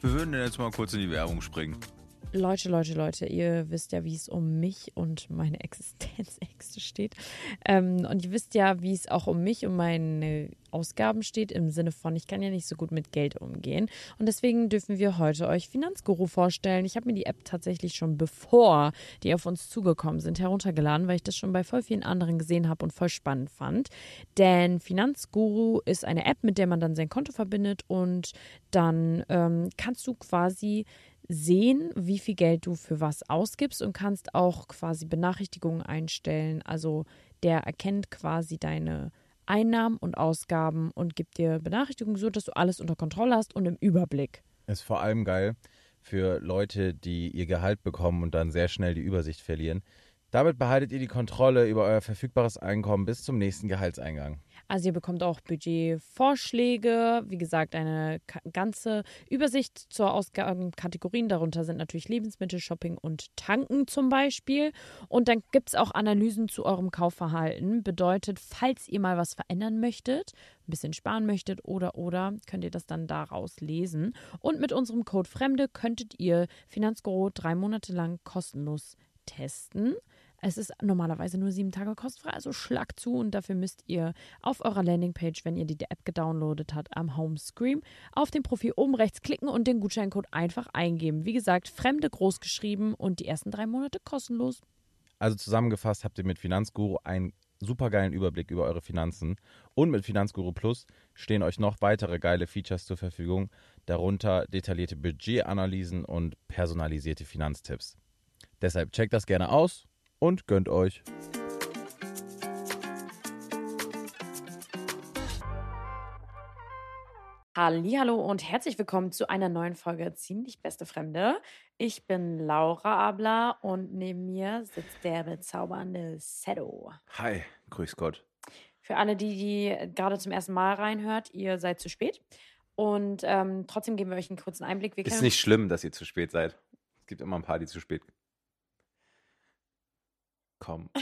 Wir würden jetzt mal kurz in die Werbung springen. Leute, Leute, Leute, ihr wisst ja, wie es um mich und meine Existenzängste steht. Ähm, und ihr wisst ja, wie es auch um mich und meine Ausgaben steht, im Sinne von, ich kann ja nicht so gut mit Geld umgehen. Und deswegen dürfen wir heute euch Finanzguru vorstellen. Ich habe mir die App tatsächlich schon bevor die auf uns zugekommen sind, heruntergeladen, weil ich das schon bei voll vielen anderen gesehen habe und voll spannend fand. Denn Finanzguru ist eine App, mit der man dann sein Konto verbindet und dann ähm, kannst du quasi sehen, wie viel Geld du für was ausgibst und kannst auch quasi Benachrichtigungen einstellen. Also der erkennt quasi deine Einnahmen und Ausgaben und gibt dir Benachrichtigungen, so dass du alles unter Kontrolle hast und im Überblick. Ist vor allem geil für Leute, die ihr Gehalt bekommen und dann sehr schnell die Übersicht verlieren. Damit behaltet ihr die Kontrolle über euer verfügbares Einkommen bis zum nächsten Gehaltseingang. Also ihr bekommt auch Budgetvorschläge, wie gesagt, eine ka- ganze Übersicht zur Ausgabenkategorien. Darunter sind natürlich Lebensmittel, Shopping und Tanken zum Beispiel. Und dann gibt es auch Analysen zu eurem Kaufverhalten. Bedeutet, falls ihr mal was verändern möchtet, ein bisschen sparen möchtet oder oder, könnt ihr das dann daraus lesen. Und mit unserem Code Fremde könntet ihr Finanzguru drei Monate lang kostenlos testen. Es ist normalerweise nur sieben Tage kostenfrei, also schlagt zu und dafür müsst ihr auf eurer Landingpage, wenn ihr die App gedownloadet habt, am Homescreen auf dem Profil oben rechts klicken und den Gutscheincode einfach eingeben. Wie gesagt, Fremde groß geschrieben und die ersten drei Monate kostenlos. Also zusammengefasst habt ihr mit Finanzguru einen supergeilen Überblick über eure Finanzen. Und mit Finanzguru Plus stehen euch noch weitere geile Features zur Verfügung, darunter detaillierte Budgetanalysen und personalisierte Finanztipps. Deshalb checkt das gerne aus und gönnt euch. Hallo und herzlich willkommen zu einer neuen Folge Ziemlich beste Fremde. Ich bin Laura Abler und neben mir sitzt der bezaubernde Sedo. Hi, grüß Gott. Für alle, die, die gerade zum ersten Mal reinhört, ihr seid zu spät. Und ähm, trotzdem geben wir euch einen kurzen Einblick. Wir Ist kennen- nicht schlimm, dass ihr zu spät seid. Es gibt immer ein paar, die zu spät kommen.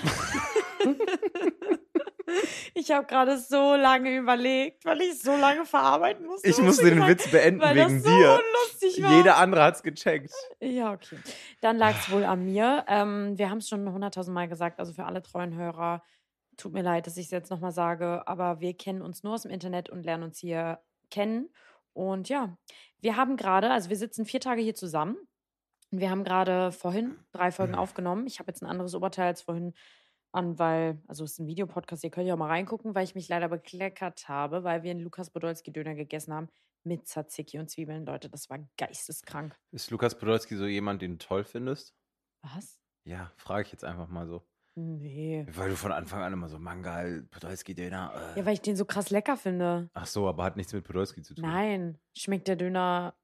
ich habe gerade so lange überlegt, weil ich so lange verarbeiten musste. Ich was musste du den gesagt Witz beenden weil wegen das so dir. unlustig war. Jeder andere hat's gecheckt. Ja, okay. Dann lag es wohl an mir. Ähm, wir haben es schon 100.000 Mal gesagt, also für alle treuen Hörer, tut mir leid, dass ich es jetzt nochmal sage, aber wir kennen uns nur aus dem Internet und lernen uns hier kennen. Und ja, wir haben gerade, also wir sitzen vier Tage hier zusammen. Und wir haben gerade vorhin drei Folgen aufgenommen. Ich habe jetzt ein anderes Oberteil als vorhin an, weil, also es ist ein Videopodcast, ihr könnt ja auch mal reingucken, weil ich mich leider bekleckert habe, weil wir einen Lukas Podolski-Döner gegessen haben mit Tzatziki und Zwiebeln. Leute, das war geisteskrank. Ist Lukas Podolski so jemand, den du toll findest? Was? Ja, frage ich jetzt einfach mal so. Nee. Weil du von Anfang an immer so, Mann, geil, Podolski-Döner. Äh. Ja, weil ich den so krass lecker finde. Ach so, aber hat nichts mit Podolski zu tun. Nein. Schmeckt der Döner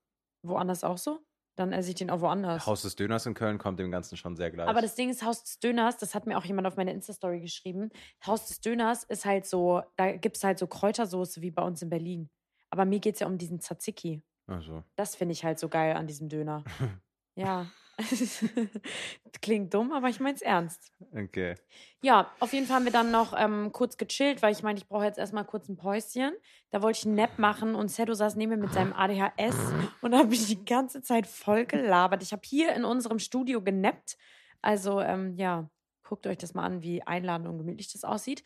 woanders auch so? Dann esse ich den auch woanders. Haus des Döners in Köln kommt dem Ganzen schon sehr gleich. Aber das Ding ist, Haus des Döners, das hat mir auch jemand auf meine Insta-Story geschrieben. Haus des Döners ist halt so, da gibt es halt so Kräutersoße wie bei uns in Berlin. Aber mir geht es ja um diesen Tzatziki. Ach so. Das finde ich halt so geil an diesem Döner. ja. Klingt dumm, aber ich mein's ernst. Okay. Ja, auf jeden Fall haben wir dann noch ähm, kurz gechillt, weil ich meine, ich brauche jetzt erstmal kurz ein Päuschen. Da wollte ich einen Nap machen und Sedo saß neben mir mit seinem ADHS und habe mich die ganze Zeit voll gelabert. Ich habe hier in unserem Studio genappt. Also, ähm, ja, guckt euch das mal an, wie einladend und gemütlich das aussieht.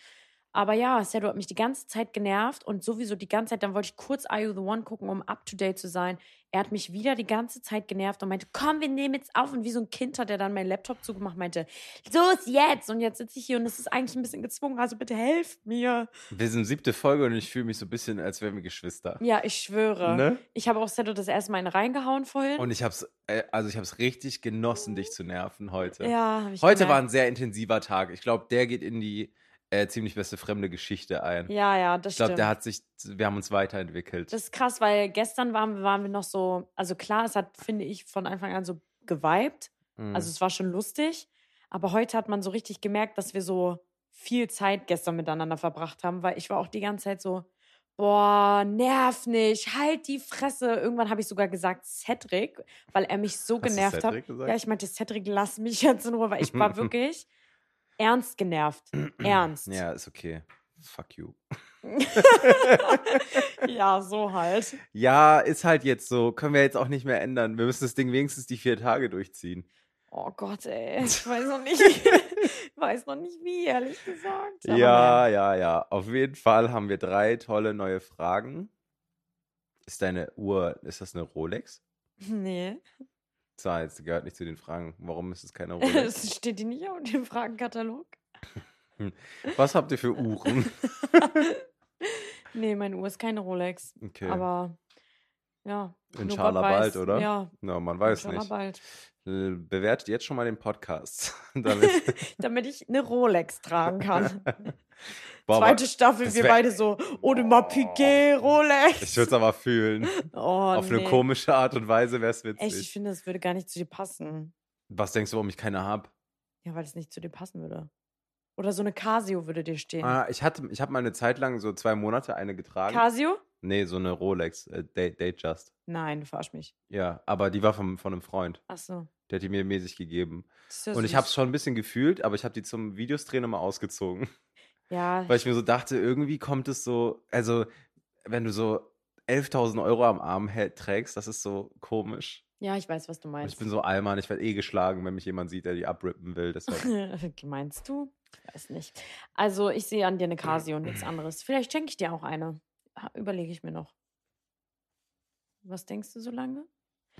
Aber ja, Sedo hat mich die ganze Zeit genervt und sowieso die ganze Zeit, dann wollte ich kurz Are You the One gucken, um up to date zu sein. Er hat mich wieder die ganze Zeit genervt und meinte, komm, wir nehmen jetzt auf. Und wie so ein Kind hat er dann meinen Laptop zugemacht, meinte, so ist jetzt. Und jetzt sitze ich hier und es ist eigentlich ein bisschen gezwungen, also bitte helft mir. Wir sind siebte Folge und ich fühle mich so ein bisschen, als wären wir Geschwister. Ja, ich schwöre. Ne? Ich habe auch Sedo das erste Mal einen reingehauen vorhin. Und ich hab's, äh, also ich hab's richtig genossen, dich zu nerven heute. ja, hab ich heute war gemerkt. ein sehr intensiver Tag. Ich glaube, der geht in die äh, ziemlich beste fremde Geschichte ein. Ja, ja, das ich glaube, stimmt. der hat sich, wir haben uns weiterentwickelt. Das ist krass, weil gestern waren, wir- waren wir noch so, also klar, es hat, finde ich, von Anfang an so geweibt. Mhm. Also es war schon lustig. Aber heute hat man so richtig gemerkt, dass wir so viel Zeit gestern miteinander verbracht haben, weil ich war auch die ganze Zeit so, boah, nerv nicht, halt die Fresse. Irgendwann habe ich sogar gesagt, Cedric, weil er mich so Hast du genervt hat. Cedric gesagt? Ja, ich meinte, Cedric, lass mich jetzt in Ruhe, weil ich war wirklich ernst genervt. ernst. Ja, ist okay. fuck you. Ja, so halt. Ja, ist halt jetzt so. Können wir jetzt auch nicht mehr ändern. Wir müssen das Ding wenigstens die vier Tage durchziehen. Oh Gott, ey. Ich weiß noch nicht, ich weiß noch nicht wie, ehrlich gesagt. Aber Ja, ja, ja. Auf jeden Fall haben wir drei tolle neue Fragen. Ist deine Uhr, ist das eine Rolex? Nee. So, jetzt gehört nicht zu den Fragen. Warum ist es keine Rolex? Das steht die nicht auf dem Fragenkatalog? Was habt ihr für Uhren? Nee, meine Uhr ist keine Rolex. Okay. Aber ja. In nur Gott Schala weiß. bald, oder? Ja, Na, man weiß schon mal nicht. bald. Äh, Bewertet jetzt schon mal den Podcast. Damit, Damit ich eine Rolex tragen kann. Boah, aber Zweite Staffel, das wir wär- Oh. beide so, Audemars Piguet, Rolex. ich würde es aber fühlen. oh, Auf nee. eine komische Art und Weise wäre es witzig. Echt, ich finde, das würde gar nicht zu dir passen. Was denkst du, warum ich keine habe? Ja, weil es nicht zu dir passen würde. Oder so eine Casio würde dir stehen. Ah, ich hatte, ich habe mal eine Zeit lang so zwei Monate eine getragen. Casio? nee, so eine Rolex, äh, Date, Datejust. Nein, du verarsch mich. Ja, aber die war vom, von einem Freund. Ach so. Der hat die mir mäßig gegeben. das ist ja und ich süß. habe es schon ein bisschen gefühlt, aber ich habe die zum Videosdrehen immer ausgezogen. Ja, Weil ich mir so dachte, irgendwie kommt es so, also wenn du so 11.000 Euro am Arm hält, trägst, das ist so komisch. ja, ich weiß, was du Und meinst. ich bin so Alman, ich werde eh geschlagen, wenn mich jemand sieht, der die abrippen will. Deshalb. Meinst du? Ich weiß nicht. Also, ich sehe an dir eine Casio und nichts anderes. Vielleicht schenke ich dir auch eine. Ha- Überlege ich mir noch. Was denkst du so lange?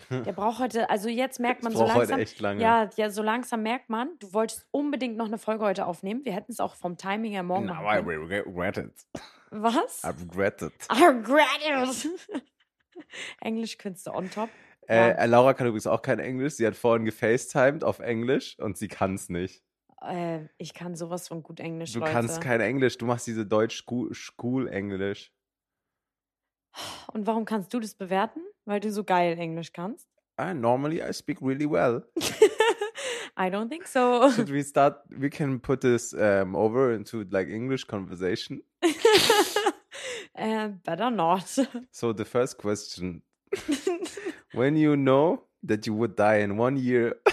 Der braucht heute, also jetzt merkt man das so braucht heute langsam. echt lange. Ja, ja, so langsam merkt man, du wolltest unbedingt noch eine Folge heute aufnehmen. Wir hätten es auch vom Timing her morgen Now Genau, I machen können. regret it. Was? I regret it. I regret it. Englischkünste on top. Äh, Ja. äh, Laura kann übrigens auch kein Englisch. Sie hat vorhin gefacetimed auf Englisch und sie kann es nicht. Äh, ich kann sowas von gut Englisch, Du Leute. kannst kein Englisch. Du machst diese Deutsch-School-Englisch. Und warum kannst du das bewerten? Weil du so geil Englisch kannst? Ah, normally I speak really well. I don't think so. Should we start? We can put this um, over into like English conversation. äh, better not. So the first question: When you know that you would die in one year?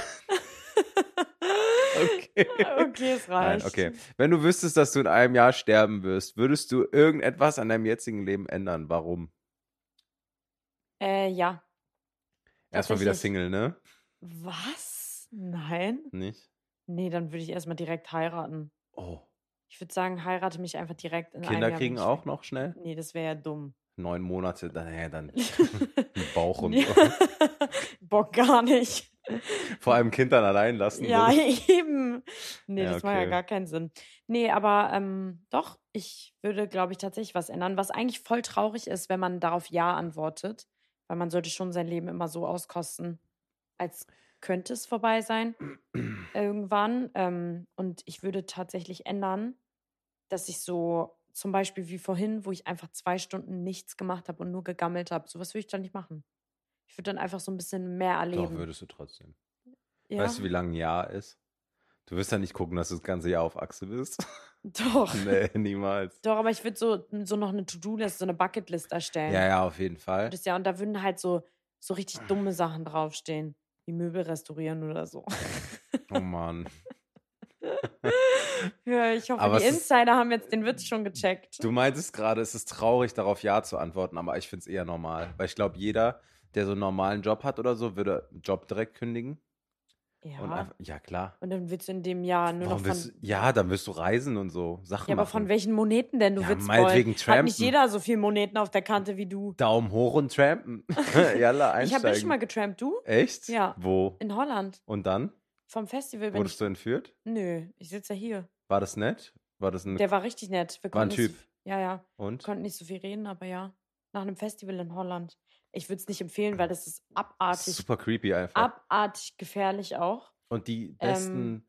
Oh Okay. Okay, es Nein, reicht. okay. Wenn du wüsstest, dass du in einem Jahr sterben wirst, würdest du irgendetwas an deinem jetzigen Leben ändern? Warum? Äh, ja. Erstmal wieder Tatsächlich. Single, ne? Was? Nein? Nicht? Nee, dann würde ich erstmal direkt heiraten. Oh. Ich würde sagen, heirate mich einfach direkt in einem Kinder Jahr, wenn kriegen ich- auch noch schnell? Nee, das wäre ja dumm. Neun Monate, dann, hä, dann mit Bauch und so. Bock gar nicht. Vor allem Kind dann allein lassen. Ja, so. eben. Nee, Ja, das macht ja okay. gar keinen Sinn. Nee, aber ähm, doch, ich würde, glaube ich, tatsächlich was ändern, was eigentlich voll traurig ist, wenn man darauf Ja antwortet. Weil man sollte schon sein Leben immer so auskosten, als könnte es vorbei sein irgendwann. Ähm, und ich würde tatsächlich ändern, dass ich so zum Beispiel wie vorhin, wo ich einfach zwei Stunden nichts gemacht habe und nur gegammelt habe, sowas würde ich dann nicht machen. Ich würde dann einfach so ein bisschen mehr Doch, erleben. würdest du trotzdem. ja? Weißt du, wie lang ein Jahr ist? Du wirst ja nicht gucken, dass du das ganze Jahr auf Achse bist. Doch. nee, niemals. Doch, aber ich würde so, so noch eine To-Do-List, so eine Bucketlist erstellen. Ja, ja, auf jeden Fall. Das ja, und da würden halt so, so richtig dumme Sachen draufstehen, wie Möbel restaurieren oder so. Oh Mann. ja, ich hoffe, Aber die es ist- Insider haben jetzt den Witz schon gecheckt. Du meintest gerade, es ist traurig, darauf Ja zu antworten, aber ich finde es eher normal. Weil ich glaube, jeder, der so einen normalen Job hat oder so, würde einen Job direkt kündigen. ja. Und einfach, ja, klar. und dann willst du in dem Jahr nur Warum noch willst von. du, ja, dann wirst du reisen und so. Sachen Ja, aber machen. von welchen Moneten denn? Du Ja, willst meinetwegen wollen. Hat nicht trampen. jeder so viele Moneten auf der Kante wie du. Daumen hoch und trampen. Jalla, einsteigen. Ich habe nicht mal getrampt, du? Echt? Ja. Wo? In Holland. Und dann? Vom Festival bin Wurdest ich. du entführt? Nö, ich sitze ja hier. War das nett? War das ein... Der war richtig nett. Wir War ein konnten nicht so- Typ. Ja, ja. und? konnte nicht so viel reden, aber ja. Nach einem Festival in Holland. Ich würde es nicht empfehlen, weil das ist abartig, Super creepy einfach. abartig gefährlich auch. Und die ähm, besten,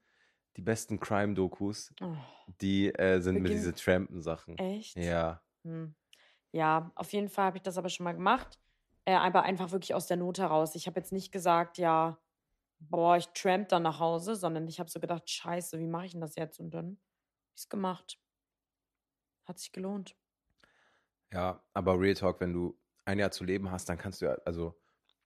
die besten Crime-Dokus, Oh, die äh, sind mit Beginn- diese Trampen-Sachen. echt? Ja. Hm. Ja, auf jeden Fall habe ich das aber schon mal gemacht. Äh, aber einfach wirklich aus der Not heraus. Ich habe jetzt nicht gesagt, ja, boah, ich tramp dann nach Hause, sondern ich habe so gedacht, scheiße, wie mache ich denn das jetzt? Und dann habe ich es gemacht. Hat sich gelohnt. Ja, aber Real Talk, wenn du ein Jahr zu leben hast, dann kannst du ja, also,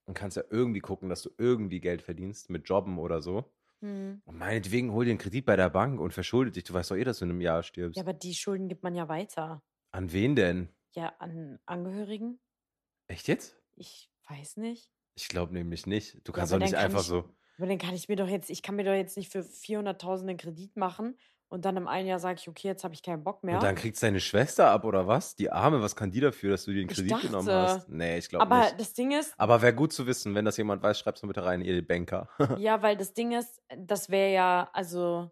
dann kannst du ja irgendwie gucken, dass du irgendwie Geld verdienst mit Jobben oder so. Hm. Und meinetwegen hol dir einen Kredit bei der Bank und verschuldet dich. Du weißt doch eh, dass du in einem Jahr stirbst. Ja, aber die Schulden gibt man ja weiter. An wen denn? Ja, an Angehörigen? Echt jetzt? Ich weiß nicht. Ich glaube nämlich nicht. Du Ja, kannst aber doch nicht dann kann einfach ich- so. Aber dann kann ich mir doch jetzt, ich kann mir doch jetzt nicht für 400.000 einen Kredit machen und dann im einen Jahr sage ich, okay, jetzt habe ich keinen Bock mehr. Und dann kriegst du deine Schwester ab oder was? Die Arme, was kann die dafür, dass du dir einen Ich Kredit genommen dachte- hast? Nee, ich glaube aber nicht. das Ding ist, Aber wäre gut zu wissen, wenn das jemand weiß, schreib's mal bitte rein, ihr Banker. ja, weil das Ding ist, das wäre ja, also,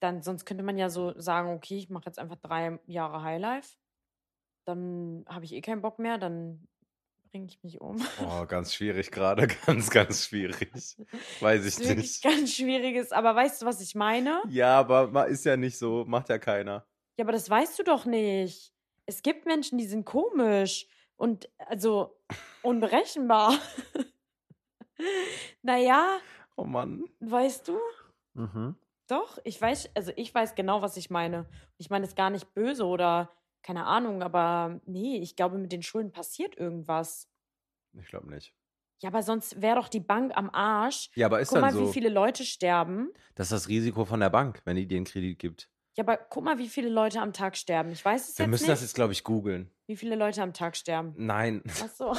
dann, sonst könnte man ja so sagen, okay, ich mache jetzt einfach drei Jahre Highlife, dann habe ich eh keinen Bock mehr, dann bringe ich mich um. Oh, ganz schwierig gerade, ganz, ganz schwierig. Weiß ich Das ist wirklich nicht. ganz schwieriges, aber weißt du, was ich meine? Ja, aber ma- ist ja nicht so, macht ja keiner. Ja, aber das weißt du doch nicht. Es gibt Menschen, die sind komisch und also unberechenbar. naja, Oh Mann. weißt du? Mhm. Doch, ich weiß, also ich weiß genau, was ich meine. Ich meine es gar nicht böse oder keine Ahnung, aber nee, ich glaube, mit den Schulden passiert irgendwas. Ich glaube nicht. Ja, aber sonst wäre doch die Bank am Arsch. Ja, aber ist Guck dann mal, so, wie viele Leute sterben. das ist das Risiko von der Bank, wenn die dir einen Kredit gibt. Ja, aber guck mal, wie viele Leute am Tag sterben. Ich weiß es Wir jetzt müssen nicht, das jetzt, glaube ich, googeln. wie viele Leute am Tag sterben. Nein, Ach so.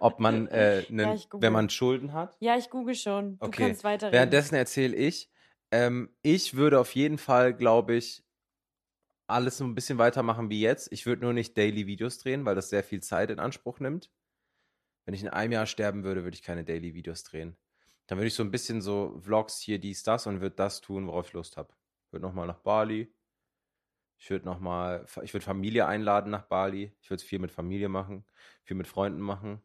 ob man, äh, nen, Ja, ich google. wenn man Schulden hat. Ja, ich google schon. Du Okay. kannst weiterreden. Währenddessen erzähle ich, ähm, ich würde auf jeden Fall, glaube ich, alles so ein bisschen weitermachen wie jetzt. Ich würde nur nicht Daily Videos drehen, weil das sehr viel Zeit in Anspruch nimmt. Wenn ich in einem Jahr sterben würde, würde ich keine Daily Videos drehen. Dann würde ich so ein bisschen so Vlogs hier, dies, das und würde das tun, worauf ich Lust habe. Ich würde nochmal nach Bali. Ich würde nochmal, ich würde Familie einladen nach Bali. Ich würde viel mit Familie machen, viel mit Freunden machen.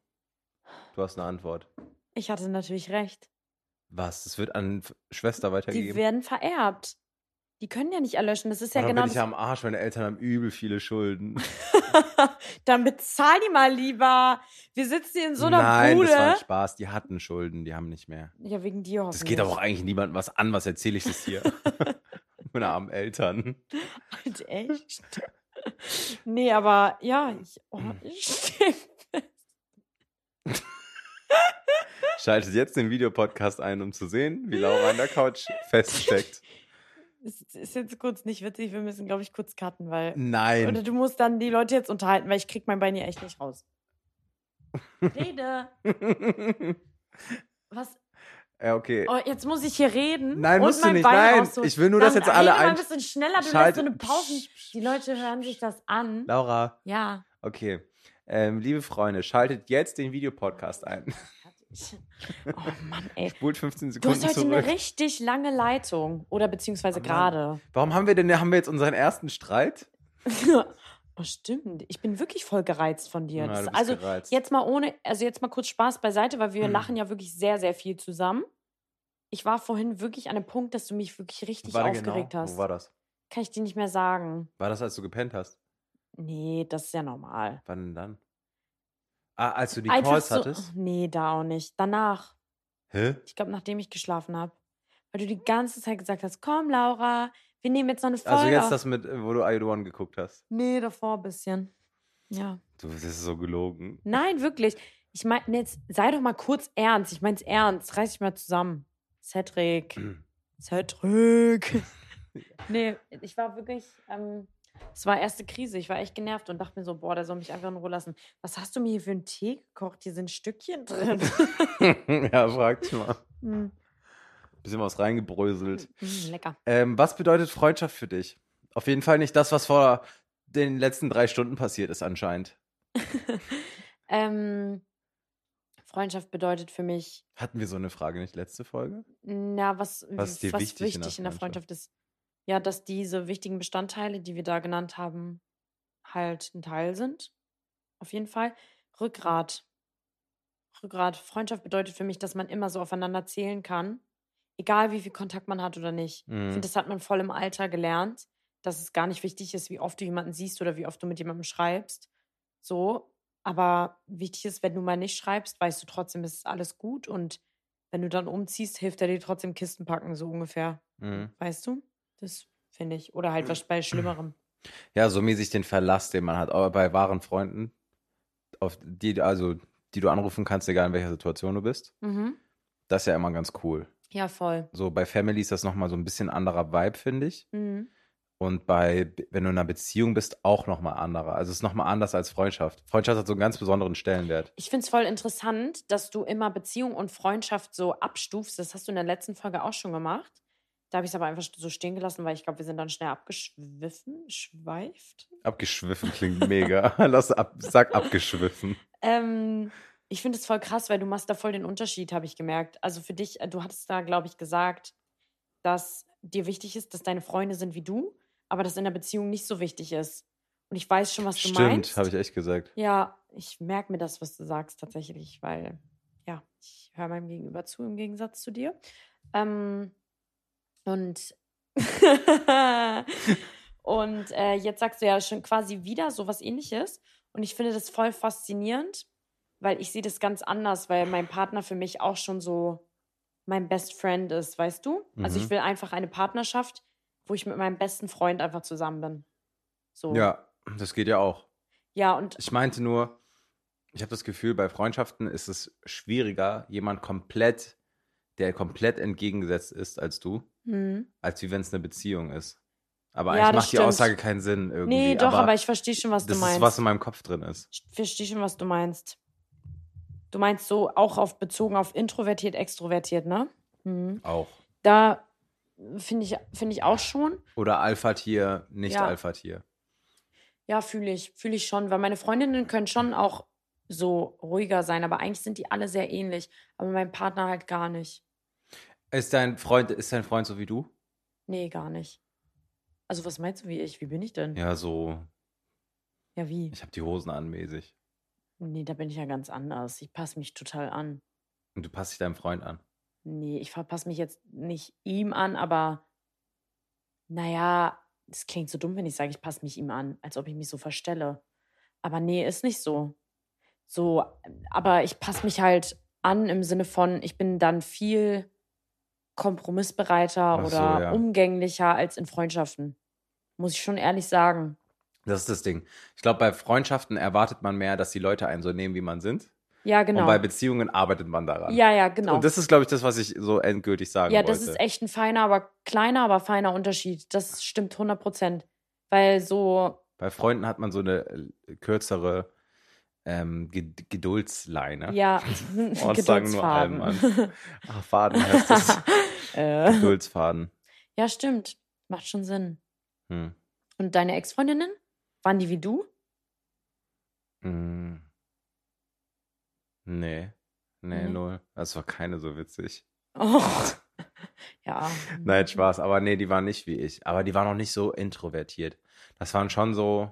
Du hast eine Antwort. Ich hatte natürlich recht. Was? Es wird an F- Schwester Die weitergegeben. werden vererbt. Die können ja nicht erlöschen. Das ist ja Und dann genau bin ich das. ja am Arsch, meine Eltern haben übel viele Schulden. Dann bezahl die mal lieber. Wir sitzen hier in so einer Nein, das war Bude. ein Spaß. Die hatten Schulden, die haben nicht mehr. Ja, wegen dir hoffentlich. Das geht aber auch eigentlich niemandem was an. Was erzähle ich das hier? Meine armen Eltern. Halt, echt. nee, aber Hm. ja, ich, oh, ich Schaltet jetzt den Videopodcast ein, um zu sehen, wie Laura an der Couch feststeckt. Es ist jetzt kurz nicht witzig. Wir müssen, glaube ich, kurz cutten, weil. Oder Nein. du musst dann die Leute jetzt unterhalten, weil ich krieg mein Bein hier echt nicht raus. Rede. Was? ja, okay. Oh, jetzt muss ich hier reden. Nein, und musst du mein nicht. Bein Nein, rausholen. ich will nur, dass Dann jetzt alle rede mal ein ein- bisschen schneller, du lässt Schalt- so eine Pause. Psch, psch, Die Leute hören sich das an. Laura, Ja. okay. Ähm, liebe Freunde, schaltet jetzt den Videopodcast ein. Oh Mann, ey. Spult 15 Du Sekunden hast heute zurück. eine richtig lange Leitung. Oder beziehungsweise Oh gerade. Mann. Warum haben wir denn, haben wir jetzt unseren ersten Streit? Oh, stimmt. Ich bin wirklich voll gereizt von dir. Na, Das- du bist also gereizt. jetzt mal ohne, also jetzt mal kurz Spaß beiseite, weil wir Hm. lachen ja wirklich sehr, sehr viel zusammen. Ich war vorhin wirklich an dem Punkt, dass du mich wirklich richtig Warte, aufgeregt genau. hast. Wo war das? Kann ich dir nicht mehr sagen. War das, als du gepennt hast? Nee, das ist ja normal. Wann denn dann? Ah, als du die Einfach Calls so, Oh, hattest? Nee, da auch nicht. Danach. Hä? Ich glaube, nachdem ich geschlafen habe. Weil du die ganze Zeit gesagt hast, komm, Laura, wir nehmen jetzt noch eine Folge. Also jetzt auf. das mit, äh, wo du I Do One geguckt hast. nee, davor ein bisschen. Ja. Du, das ist so gelogen. Nein, wirklich. Ich meine, jetzt sei doch mal kurz ernst. Ich meine es ernst. Reiß dich mal zusammen. Cedric. Cedric. nee, ich war wirklich. Ähm, es war erste Krise. Ich war echt genervt und dachte mir so, boah, der soll mich einfach in Ruhe lassen. Was hast du mir hier für einen Tee gekocht? Hier sind Stückchen drin. ja, frag dich mal. Mm, Bisschen was reingebröselt. mm, lecker. Ähm, was bedeutet Freundschaft für dich? Auf jeden Fall nicht das, was vor den letzten drei Stunden passiert ist, anscheinend. Ähm, Freundschaft bedeutet für mich, Hatten wir so eine Frage nicht letzte Folge? na, was, Was ist dir was wichtig in der in der Freundschaft? Freundschaft ist. Ja, dass diese wichtigen Bestandteile, die wir da genannt haben, halt ein Teil sind. Auf jeden Fall. Rückgrat. Rückgrat. Freundschaft bedeutet für mich, dass man immer so aufeinander zählen kann. Egal wie viel Kontakt man hat oder nicht. Ich Mhm. finde, das hat man voll im Alter gelernt, dass es gar nicht wichtig ist, wie oft du jemanden siehst oder wie oft du mit jemandem schreibst. So. Aber wichtig ist, wenn du mal nicht schreibst, weißt du trotzdem, es ist alles gut. Und wenn du dann umziehst, hilft er dir trotzdem Kisten packen, so ungefähr. Mhm. Hm. Weißt du? Das finde ich. Oder halt was bei Schlimmerem. Ja, so mäßig den Verlass, den man hat. Aber bei wahren Freunden, auf die, also, die du anrufen kannst, egal in welcher Situation du bist, Mhm. das ist ja immer ganz cool. Ja, voll. So bei Family ist das nochmal so ein bisschen anderer Vibe, finde ich. Mhm. Und bei, wenn du in einer Beziehung bist, auch nochmal anderer. Also es ist nochmal anders als Freundschaft. Freundschaft hat so einen ganz besonderen Stellenwert. Ich finde es voll interessant, dass du immer Beziehung und Freundschaft so abstufst. Das hast du in der letzten Folge auch schon gemacht. Da habe ich es aber einfach so stehen gelassen, weil ich glaube, wir sind dann schnell abgeschwiffen, schweift. Abgeschwiffen klingt mega. Lass ab, sag abgeschwiffen. Ähm, ich finde es voll krass, weil du machst da voll den Unterschied, habe ich gemerkt. Also für dich, äh, du hattest da, glaube ich, gesagt, dass dir wichtig ist, dass deine Freunde sind wie du, aber das in der Beziehung nicht so wichtig ist. Und ich weiß schon, was du meinst. Stimmt, habe ich echt gesagt. Ja, ich merke mir das, was du sagst tatsächlich, weil ja, ich höre meinem Gegenüber zu im Gegensatz zu dir. Ähm, und und äh, jetzt sagst du ja schon quasi wieder so was Ähnliches. Und ich finde das voll faszinierend, weil ich sehe das ganz anders, weil mein Partner für mich auch schon so mein Best Friend ist, weißt du? Also Mhm. ich will einfach eine Partnerschaft, wo ich mit meinem besten Freund einfach zusammen bin. So. Ja, das geht ja auch. Ja, und Ich meinte nur, ich habe das Gefühl, bei Freundschaften ist es schwieriger, jemand komplett, der komplett entgegengesetzt ist als du, hm. als wie wenn es eine Beziehung ist. Aber Ja, eigentlich das macht die stimmt. Aussage keinen Sinn irgendwie. Nee, doch, aber, ich verstehe schon, was das du meinst. ist, was in meinem Kopf drin ist. Ich verstehe schon, was du meinst. Du meinst so auch auf bezogen auf introvertiert, extrovertiert, ne? Mhm. Auch. Da finde ich, finde ich auch schon. Oder Alpha-Tier, nicht Ja. Alpha-Tier. Ja, fühle ich, fühle ich schon, weil meine Freundinnen können schon auch so ruhiger sein, aber eigentlich sind die alle sehr ähnlich, aber mein Partner halt gar nicht. Ist dein Freund, ist dein Freund so wie du? Nee, gar nicht. Also, was meinst du wie ich? Wie bin ich denn? Ja, Ja, so, wie? ich habe die Hosen an mäßig. Nee, da bin ich ja ganz anders. Ich passe mich total an. Und du passt dich deinem Freund an. Nee, ich verpasse mich jetzt nicht ihm an, aber naja, das klingt so dumm, wenn ich sage, ich passe mich ihm an, als ob ich mich so verstelle. Aber nee, ist nicht so. So, aber ich passe mich halt an im Sinne von, ich bin dann viel kompromissbereiter Ach oder so, ja. umgänglicher als in Freundschaften. Muss ich schon ehrlich sagen. Das ist das Ding. Ich glaube, bei Freundschaften erwartet man mehr, dass die Leute einen so nehmen, wie man sind. Ja, Und genau. bei Beziehungen arbeitet man daran. Ja, ja, genau. Und das ist, glaube ich, das, was ich so endgültig sagen Ja, wollte. das ist echt ein feiner, aber kleiner, aber feiner Unterschied. Das stimmt 100 Prozent. Weil so, Bei Freunden hat man so eine äh, kürzere ähm, Ge- Geduldsleine. ja, Oh, das sagen nur Alben Geduldsfaden. Ach, Faden heißt das. äh, Geduldsfaden. ja, stimmt. Macht schon Sinn. Hm. Und deine Ex-Freundinnen? Waren die wie du? Hm. Nee. Nee, Nee. null. Das war keine so witzig. Oh. Ja. Nein, Spaß. Aber nee, die waren nicht wie ich. Aber die waren auch nicht so introvertiert. Das waren schon so.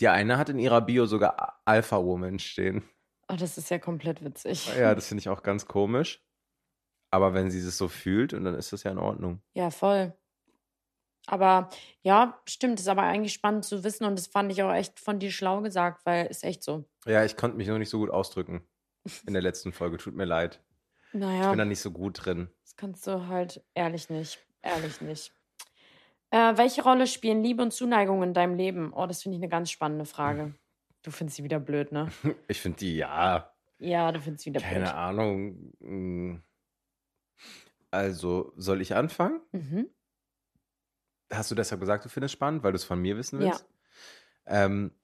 Die eine hat in ihrer Bio sogar A- Alpha Woman stehen. Oh, das ist ja komplett witzig. Ja, das finde ich auch ganz komisch. Aber wenn sie das so fühlt, und dann ist das ja in Ordnung. Ja, voll. Aber ja, stimmt, ist aber eigentlich spannend zu wissen und das fand ich auch echt von dir schlau gesagt, weil ist echt so. Ja, ich konnte mich noch nicht so gut ausdrücken in der letzten Folge. Tut mir leid. Ich Naja. bin da nicht so gut drin. Das kannst du halt ehrlich nicht. Ehrlich nicht. Äh, welche Rolle spielen Liebe und Zuneigung in deinem Leben? Oh, das finde ich eine ganz spannende Frage. Du findest sie wieder blöd, ne? Ich finde die, ja, Ja, du findest sie wieder keine Ahnung. mm. Also, soll ich anfangen? blöd. Mhm. Hast du deshalb gesagt, du findest spannend, weil du es von mir wissen Ja. willst? Ähm,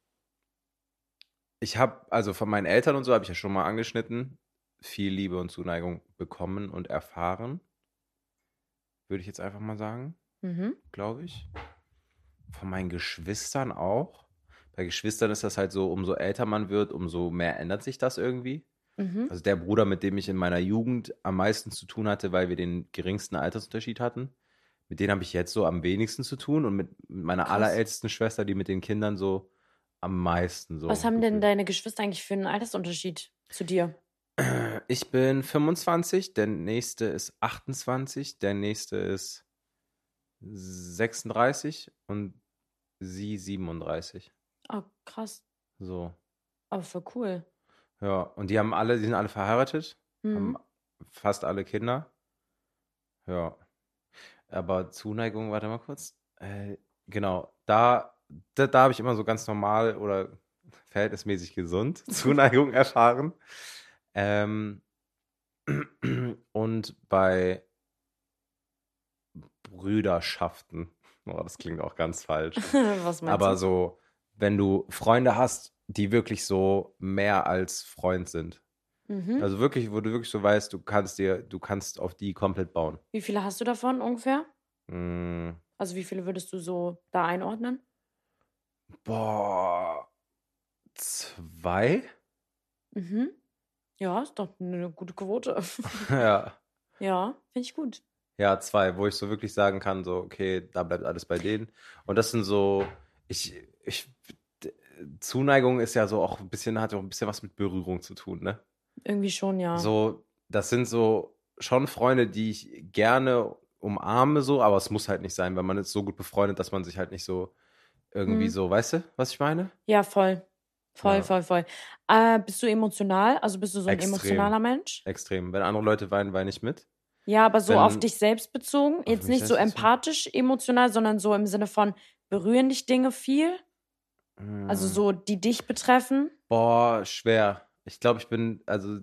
ich habe, also von meinen Eltern und so habe ich ja schon mal angeschnitten, viel Liebe und Zuneigung bekommen und erfahren. Würde ich jetzt einfach mal sagen. Mhm. glaube ich. Von meinen Geschwistern auch. Bei Geschwistern ist das halt so, umso älter man wird, umso mehr ändert sich das irgendwie. Mhm. Also der Bruder, mit dem ich in meiner Jugend am meisten zu tun hatte, weil wir den geringsten Altersunterschied hatten, mit denen habe ich jetzt so am wenigsten zu tun und mit mit meiner Krass. allerältesten Schwester, die mit den Kindern so am meisten so. Was haben denn gefühlt. deine Geschwister eigentlich für einen Altersunterschied zu dir? Ich bin 25, der nächste ist 28, der nächste ist 36 und sie 37. Oh, krass. So. Aber voll cool. Ja, und die haben alle, die sind alle verheiratet, Mhm. haben fast alle Kinder. Ja. Aber Zuneigung, warte mal kurz. Äh, genau, da, da, da habe ich immer so ganz normal oder verhältnismäßig gesund Zuneigung erfahren. Ähm, und bei Brüderschaften. Oh, das klingt auch ganz falsch. Was meinst Aber du? so, wenn du Freunde hast, die wirklich so mehr als Freund sind. Mhm. Also wirklich, wo du wirklich so weißt, du kannst dir, du kannst auf die komplett bauen. Wie viele hast du davon ungefähr? Mm, Also wie viele würdest du so da einordnen? boah. Zwei? Mhm. Ja, ist doch eine gute Quote. ja. ja, finde ich gut. Ja, zwei, wo ich so wirklich sagen kann, so, okay, da bleibt alles bei denen. Und das sind so, ich, ich, d- Zuneigung ist ja so auch ein bisschen, hat ja auch ein bisschen was mit Berührung zu tun, ne? Irgendwie schon, ja. So, das sind so schon Freunde, die ich gerne umarme, so, aber es muss halt nicht sein, weil man ist so gut befreundet, dass man sich halt nicht so irgendwie Mhm. so, weißt du, was ich meine? Ja, voll. Voll, Ja. voll, voll. Äh, bist du emotional? Also bist du so ein Extrem. emotionaler Mensch? Extrem. Wenn andere Leute weinen, weine ich mit. Ja, aber so auf Wenn- dich selbst bezogen. Jetzt mich nicht so selbst bezogen. empathisch emotional, sondern so im Sinne von berühren dich Dinge viel? Also Mm. so, die dich betreffen? Boah, schwer. Ich glaube, ich bin, also,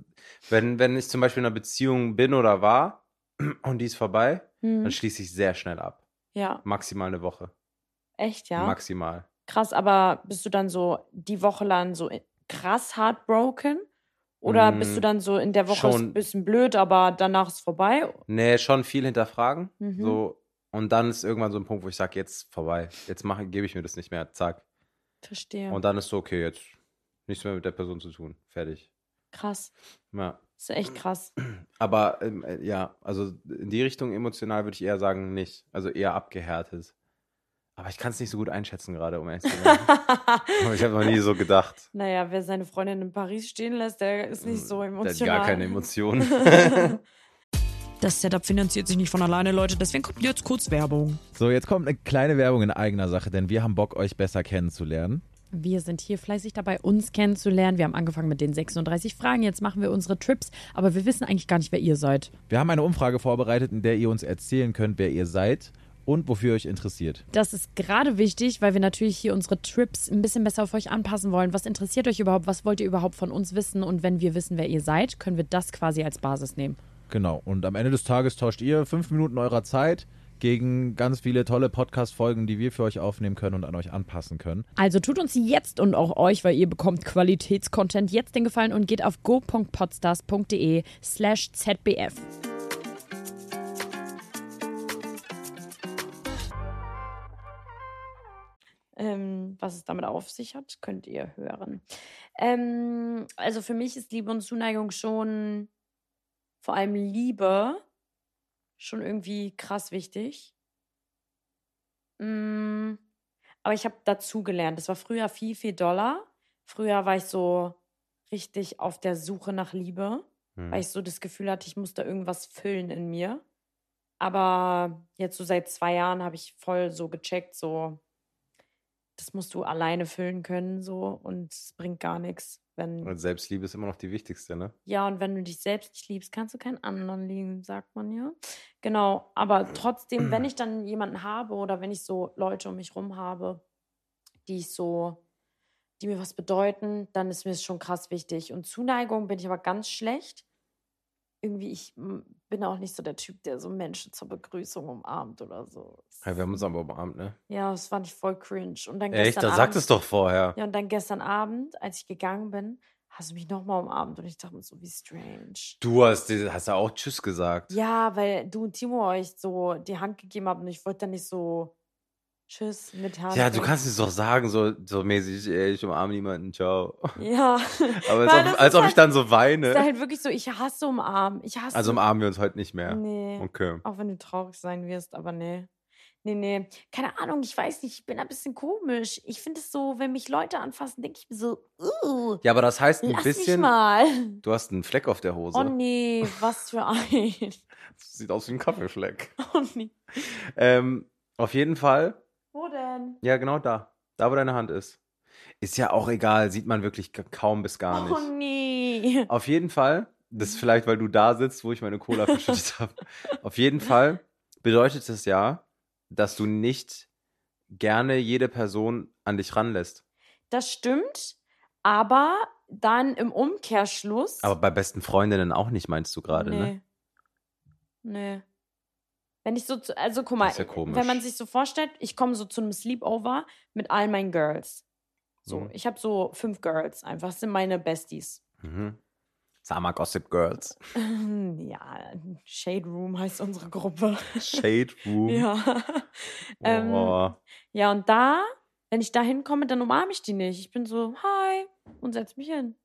wenn, wenn ich zum Beispiel in einer Beziehung bin oder war und die ist vorbei, Hm. dann schließe ich sehr schnell ab. Ja, Maximal eine Woche. echt, ja. Maximal. Krass, aber bist du dann so die Woche lang so i- krass heartbroken? Oder bist Mm, du dann so in der Woche ist schon. ein bisschen blöd, aber danach ist vorbei? Nee, schon viel hinterfragen. Mhm. So, und dann ist irgendwann so ein Punkt, wo ich sage, jetzt vorbei. Jetzt mache, gebe ich mir das nicht mehr. Zack. Verstehe. Und dann ist so, okay, jetzt nichts mehr mit der Person zu tun. Fertig. krass. Ja. ist echt krass. Aber ähm, äh, ja, also in die Richtung emotional würde ich eher sagen, nicht. Also eher abgehärtet. Aber ich kann es nicht so gut einschätzen gerade, um ehrlich zu sein. Aber ich habe noch nie so gedacht. Hm, naja, wer seine Freundin in Paris stehen lässt, der ist nicht so Der hat emotional. gar keine Emotionen. Das Setup finanziert sich nicht von alleine, Leute, deswegen kommt jetzt kurz Werbung. So, jetzt kommt eine kleine Werbung in eigener Sache, denn wir haben Bock, euch besser kennenzulernen. Wir sind hier fleißig dabei, uns kennenzulernen. Wir haben angefangen mit den 36 Fragen. Jetzt machen wir unsere Trips, aber wir wissen eigentlich gar nicht, wer ihr seid. Wir haben eine Umfrage vorbereitet, in der ihr uns erzählen könnt, wer ihr seid und wofür ihr euch interessiert. Das ist gerade wichtig, weil wir natürlich hier unsere Trips ein bisschen besser auf euch anpassen wollen. Was interessiert euch überhaupt? Was wollt ihr überhaupt von uns wissen? Und wenn wir wissen, wer ihr seid, können wir das quasi als Basis nehmen. Genau. Und am Ende des Tages tauscht ihr fünf Minuten eurer Zeit gegen ganz viele tolle Podcast-Folgen, die wir für euch aufnehmen können und an euch anpassen können. Also tut uns jetzt und auch euch, weil ihr bekommt Qualitätscontent, jetzt den Gefallen und geht auf go.podstars.de slash zbf. Ähm, was es damit auf sich hat, könnt ihr hören. Ähm, also für mich ist Liebe und Zuneigung schon, vor allem Liebe, schon irgendwie krass wichtig. Mm, aber ich habe dazugelernt. Das war früher viel, viel doller. Früher war ich so richtig auf der Suche nach Liebe, Hm. weil ich so das Gefühl hatte, ich muss da irgendwas füllen in mir. Aber jetzt so seit zwei Jahren habe ich voll so gecheckt, so das musst du alleine füllen können, so und es bringt gar nichts, wenn Und Selbstliebe ist immer noch die wichtigste, ne? ja, und wenn du dich selbst nicht liebst, kannst du keinen anderen lieben, sagt man ja. Genau, Äh, aber trotzdem, wenn ich dann jemanden habe oder wenn ich so Leute um mich rum habe, die ich so, die mir was bedeuten, dann ist mir es schon krass wichtig. Und Zuneigung bin ich aber ganz schlecht. Irgendwie, ich mm, bin auch nicht so der Typ, der so Menschen zur Begrüßung umarmt oder so. Ja, wir haben uns aber umarmt, ne? Ja, das fand ich voll cringe. Und dann Echt? gestern Da Abend, sagt es doch vorher. ja, und dann gestern Abend, als ich gegangen bin, hast du mich nochmal umarmt und ich dachte mir so, wie strange. Du hast, dir- hast ja auch Tschüss gesagt. Ja, weil du und Timo euch so die Hand gegeben habt und ich wollte dann nicht so Tschüss mit Hand. Ja, du kannst es doch sagen, so, so mäßig, ey, ich umarme niemanden, ciao. Aber Ja. als, Weil ob, als das ist ob ich halt- dann so Es ist weine. halt wirklich so, ich hasse umarmen. Ich hasse. Also umarmen wir uns heute nicht mehr. Nee. Okay. Auch wenn du traurig sein wirst, aber nee. Nee, nee. Keine Ahnung, ich weiß nicht, ich bin ein bisschen komisch. Ich finde es so, wenn mich Leute anfassen, denke ich mir so, uh, Ja, aber das heißt ein lass mich bisschen, mal. du hast einen Fleck auf der Hose. Oh nee, was für ein. Sieht aus wie ein Kaffeefleck. Oh nee. Ähm, auf jeden Fall, Wo denn? ja, genau da. Da, wo deine Hand ist. Ist ja auch egal, sieht man wirklich ka- kaum bis gar nicht. Oh nee. Auf jeden Fall, das ist vielleicht, weil du da sitzt, wo ich meine Cola verschüttet habe. Auf jeden Fall bedeutet das ja, dass du nicht gerne jede Person an dich ranlässt. Das stimmt, aber dann im Umkehrschluss. ne? Aber bei besten Freundinnen auch nicht, meinst du gerade, ne? Nee. Wenn ich so, zu, also guck mal, Das ist ja komisch. wenn man sich so vorstellt, ich komme so zu einem Sleepover mit all meinen Girls. So, Mhm. ich habe so fünf Girls einfach, das sind meine Besties. Mhm. Sag mal Gossip Girls. ja, Shade Room heißt unsere Gruppe. Shade Room. Oh. ja. ähm, Boah. ja, und da, wenn ich da hinkomme, dann umarme ich die nicht. Ich bin so, hi, und setz mich hin.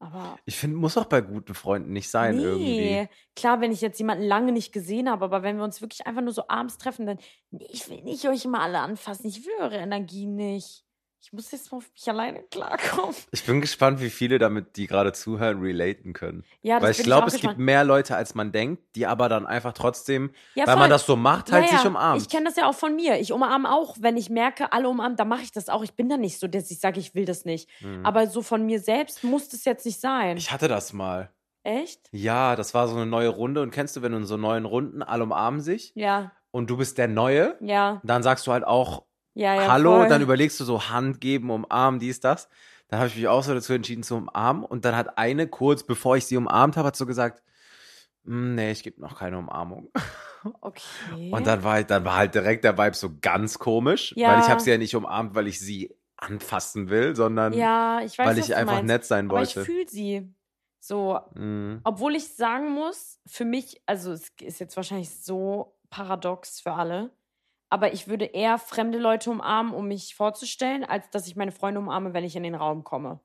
Aber Ich finde, muss auch bei guten Freunden nicht sein irgendwie. Klar, wenn ich jetzt jemanden lange nicht gesehen habe, aber wenn wir uns wirklich einfach nur so abends treffen, dann, nee, ich will nicht euch immer alle anfassen, ich will eure Energie nicht. Ich muss jetzt mal auf mich alleine klarkommen. Ich bin gespannt, wie viele damit, die gerade zuhören, relaten können. Ja, das Weil ich bin glaube, auch es gibt gespannt. mehr Leute, als man denkt, die aber dann einfach trotzdem, ja, weil voll. man das so macht, halt Ja, ja. sich umarmt. Ich kenne das ja auch von mir. Ich umarme auch, wenn ich merke, alle umarmen, dann mache ich das auch. Ich bin da nicht so, dass ich sage, ich will das nicht. Mhm. Aber so von mir selbst muss das jetzt nicht sein. ich hatte das mal. Echt? Ja, das war so eine neue Runde. Und kennst du, wenn du in so neuen Runden, alle umarmen sich Ja, und du bist der Neue, ja, dann sagst du halt auch ja, ja. Hallo voll. und dann überlegst du so Hand geben, umarmen, dies, das. Dann habe ich mich auch so dazu entschieden zu umarmen und dann hat eine kurz bevor ich sie umarmt habe, hat so gesagt, "Mm, nee, ich gebe noch keine Umarmung. Okay. Und dann war, ich, dann war halt direkt der Vibe so ganz komisch, Ja. weil ich habe sie ja nicht umarmt, weil ich sie anfassen will, sondern ja, ich weiß, weil was ich du einfach meinst. nett sein Aber ich wollte. fühle sie. So, Mhm. obwohl ich sagen muss, für mich, also es ist jetzt wahrscheinlich so paradox für alle, aber ich würde eher fremde Leute umarmen, um mich vorzustellen, als dass ich meine Freunde umarme, wenn ich in den Raum komme.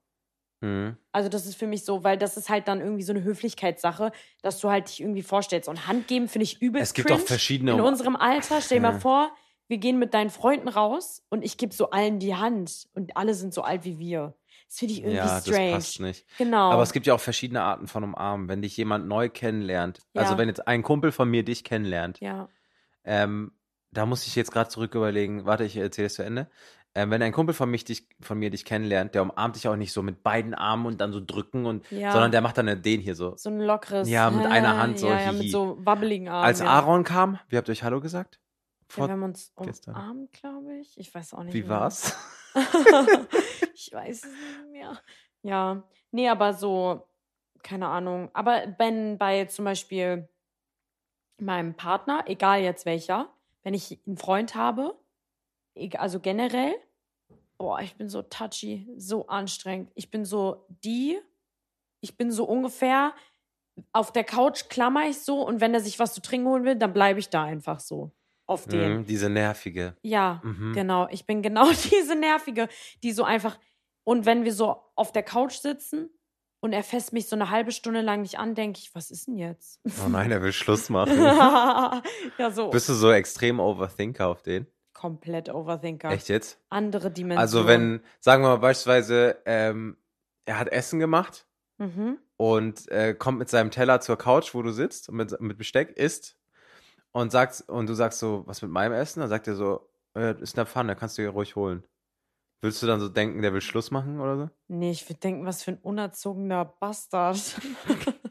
Mhm. Also das ist für mich so, weil das ist halt dann irgendwie so eine Höflichkeitssache, dass du halt dich irgendwie vorstellst. Und Hand geben finde ich übel Es gibt cringe. auch verschiedene In Umarm- unserem Alter, stell dir mal Ja. vor, wir gehen mit deinen Freunden raus und ich gebe so allen die Hand und alle sind so alt wie wir. Das finde ich irgendwie Ja, das strange. passt nicht. Genau. Aber es gibt ja auch verschiedene Arten von Umarmen. Wenn dich jemand neu kennenlernt, also Ja. wenn jetzt ein Kumpel von mir dich kennenlernt, ja. ähm, da muss ich jetzt gerade zurück überlegen, warte, ich erzähle es zu Ende. Ähm, wenn ein Kumpel von, mich, dich, von mir dich kennenlernt, der umarmt dich auch nicht so mit beiden Armen und dann so drücken und, ja. sondern der macht dann den hier so. so ein lockeres. äh, Ja, mit einer Hand so, Ja, ja hihi. mit so wabbeligen Armen. Als ja. genau. Aaron kam, wie habt ihr euch Hallo gesagt? Ja, Vor, wir haben uns gestern. umarmt, glaube ich. Ich weiß auch nicht. wie mehr. war's? ich weiß es nicht mehr. Ja, nee, aber so, keine Ahnung. Aber wenn bei zum Beispiel meinem Partner, egal jetzt welcher, wenn ich einen Freund habe, eg- also generell, boah, ich bin so touchy, so anstrengend. Ich bin so die, ich bin so ungefähr auf der Couch klammer ich so und wenn er sich was zu trinken holen will, dann bleibe ich da einfach so. Auf den. Mhm, diese nervige. Ja. Mhm. Genau, ich bin genau diese Nervige, die so einfach. Und wenn wir so auf der Couch sitzen und er fässt mich so eine halbe Stunde lang nicht an, denke ich, was ist denn jetzt? Oh nein, er will Schluss machen. ja, so. Bist du so extrem Overthinker auf den? Komplett Overthinker. Echt jetzt? Andere Dimension. Also wenn, sagen wir mal beispielsweise, ähm, er hat Essen gemacht Mhm. und äh, kommt mit seinem Teller zur Couch, wo du sitzt und mit, mit Besteck isst und sagt und du sagst so, was mit meinem Essen? Dann sagt er so, äh, ist in der Pfanne, kannst du dir ruhig holen. Würdest du dann so denken, der will Schluss machen oder so? Nee, ich würde denken, was für ein unerzogener Bastard.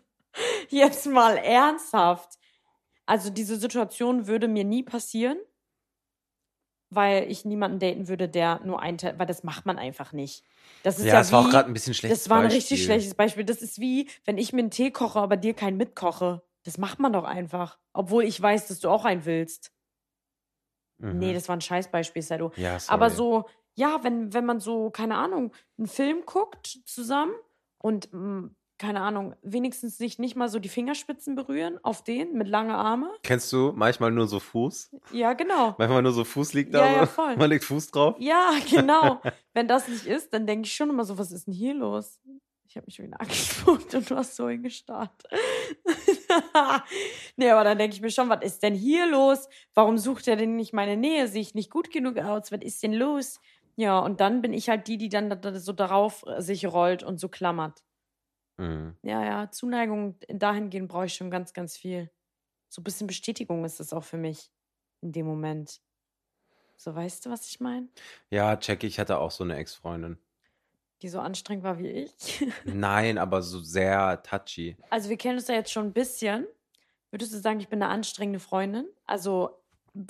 Jetzt mal ernsthaft. Also diese Situation würde mir nie passieren, weil ich niemanden daten würde, der nur einen Teil, weil das macht man einfach nicht. Das ist ja, es war wie, auch gerade ein bisschen schlecht. Das war ein richtig schlechtes Beispiel. Das ist wie, wenn ich mir einen Tee koche, aber dir keinen mitkoche. Das macht man doch einfach. Obwohl ich weiß, dass du auch einen willst. Mhm. Nee, das war ein Scheißbeispiel, halt Sado. ja, sorry. Aber so, ja, wenn, wenn man so, keine Ahnung, einen Film guckt zusammen und, mh, keine Ahnung, wenigstens sich nicht mal so die Fingerspitzen berühren auf den mit lange Arme. Kennst du manchmal nur so Fuß? Ja, genau. Manchmal nur so Fuß liegt da Ja, ja, so. voll. Man legt Fuß drauf. Ja, genau. Wenn das nicht ist, dann denke ich schon immer so, was ist denn hier los? Ich habe mich schon wieder angespuckt und du hast so hingestarrt. nee, aber dann denke ich mir schon, was ist denn hier los? Warum sucht er denn nicht meine Nähe? Sehe ich nicht gut genug aus? Was ist denn los? Ja, und dann bin ich halt die, die dann da- da so darauf äh, sich rollt und so klammert. Mhm. Ja, ja, Zuneigung dahingehend brauche ich schon ganz, ganz viel. So ein bisschen Bestätigung ist es auch für mich in dem Moment. So, weißt du, was ich meine? Ja, check, ich hatte auch so eine Ex-Freundin. die so anstrengend war wie ich. Nein, aber so sehr touchy. Also wir kennen uns ja jetzt schon ein bisschen. Würdest du sagen, ich bin eine anstrengende Freundin? Also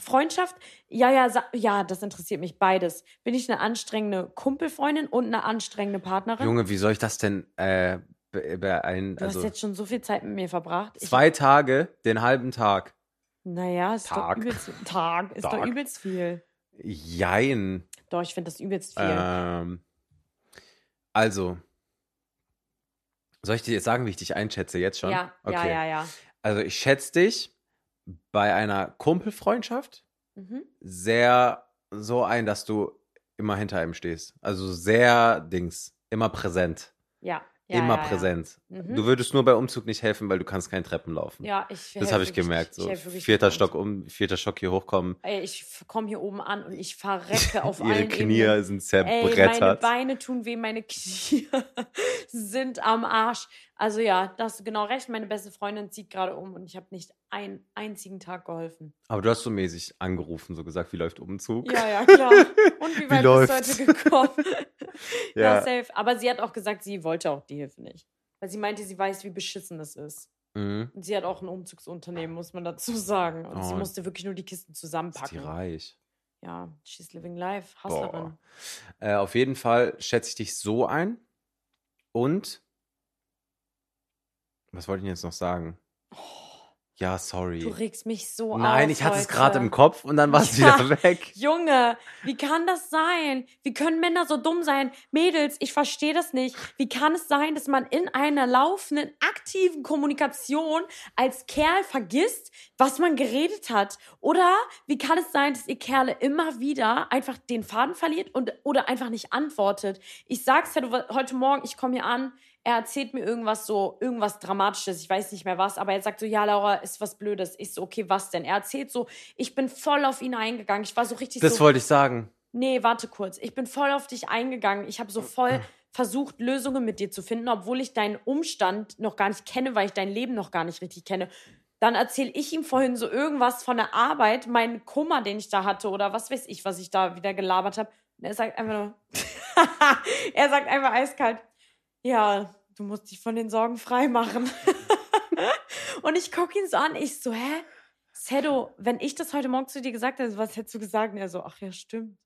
Freundschaft? Ja, ja, sa- ja, das interessiert mich beides. Bin ich eine anstrengende Kumpelfreundin und eine anstrengende Partnerin? Junge, wie soll ich das denn äh, be- be- ein, du hast also jetzt schon so viel Zeit mit mir verbracht. Ich, zwei Tage, den halben Tag Naja, ist Tag. doch übelst, Tag, ist doch Tag. übelst viel. Jein. Doch, ich finde das übelst viel. Ähm, also, soll ich dir jetzt sagen, wie ich dich einschätze jetzt schon? Ja, ja, ja, ja. Also ich schätze dich bei einer Kumpelfreundschaft Mhm. sehr so ein, dass du immer hinter einem stehst. Also sehr Dings, immer präsent, Ja, ja. immer ja, ja. präsent. Mhm. Du würdest nur bei Umzug nicht helfen, weil du kannst keinen Treppen laufen. Ja, ich helf das habe ich wirklich- gemerkt. So. helf wirklich vierter nicht. Stock um, vierter Stock hier hochkommen. Ey, ich komme hier oben an und ich verrecke auf Ihre allen Knie Ebenen. sind Ey, meine zerbrettert. Beine tun weh, meine Knie sind am Arsch. Also ja, da hast du genau recht. Meine beste Freundin zieht gerade um und ich habe nicht einen einzigen Tag geholfen. Aber du hast so mäßig angerufen, so gesagt, wie läuft Umzug? Ja, ja, klar. Und wie Wie weit läuft's? bist du heute gekommen? ja. Ja. safe. Aber sie hat auch gesagt, sie wollte auch die Hilfe nicht. Weil sie meinte, sie weiß, wie beschissen das ist. Mhm. Und sie hat auch ein Umzugsunternehmen, muss man dazu sagen. Und sie Oh. musste wirklich nur die Kisten Ist die zusammenpacken. reich. Ja, she's living life, Hustlerin. Boah. Äh, auf jeden Fall schätze ich dich so ein. Und was wollte ich denn jetzt noch sagen? Ja, Oh. Du sorry. regst mich so auf. Nein, ich hatte es heute. gerade im Kopf und dann war es Ja. wieder weg. Junge, wie kann das sein? Wie können Männer so dumm sein? Mädels, ich verstehe das nicht. Wie kann es sein, dass man in einer laufenden, aktiven Kommunikation als Kerl vergisst, was man geredet hat? Oder wie kann es sein, dass ihr Kerle immer wieder einfach den Faden verliert und oder einfach nicht antwortet? Ich sag's ja, du, heute Morgen, ich komme hier an, er erzählt mir irgendwas so, irgendwas Dramatisches, ich weiß nicht mehr was, aber er sagt so, ja, Laura, ist was Blödes. Ich so, okay, was denn? Er erzählt so, ich bin voll auf ihn eingegangen. Ich war so richtig Das so, wollte ich sagen. nee, warte kurz. Ich bin voll auf dich eingegangen. Ich habe so voll versucht, Lösungen mit dir zu finden, obwohl ich deinen Umstand noch gar nicht kenne, weil ich dein Leben noch gar nicht richtig kenne. Dann erzähle ich ihm vorhin so irgendwas von der Arbeit, meinen Kummer, den ich da hatte oder was weiß ich, was ich da wieder gelabert habe. Und er sagt einfach nur, er sagt einfach eiskalt, ja, du musst dich von den Sorgen frei machen. und ich gucke ihn so an, ich so, hä? Sedo, wenn ich das heute Morgen zu dir gesagt hätte, was hättest du gesagt? Und er so, ach ja, stimmt.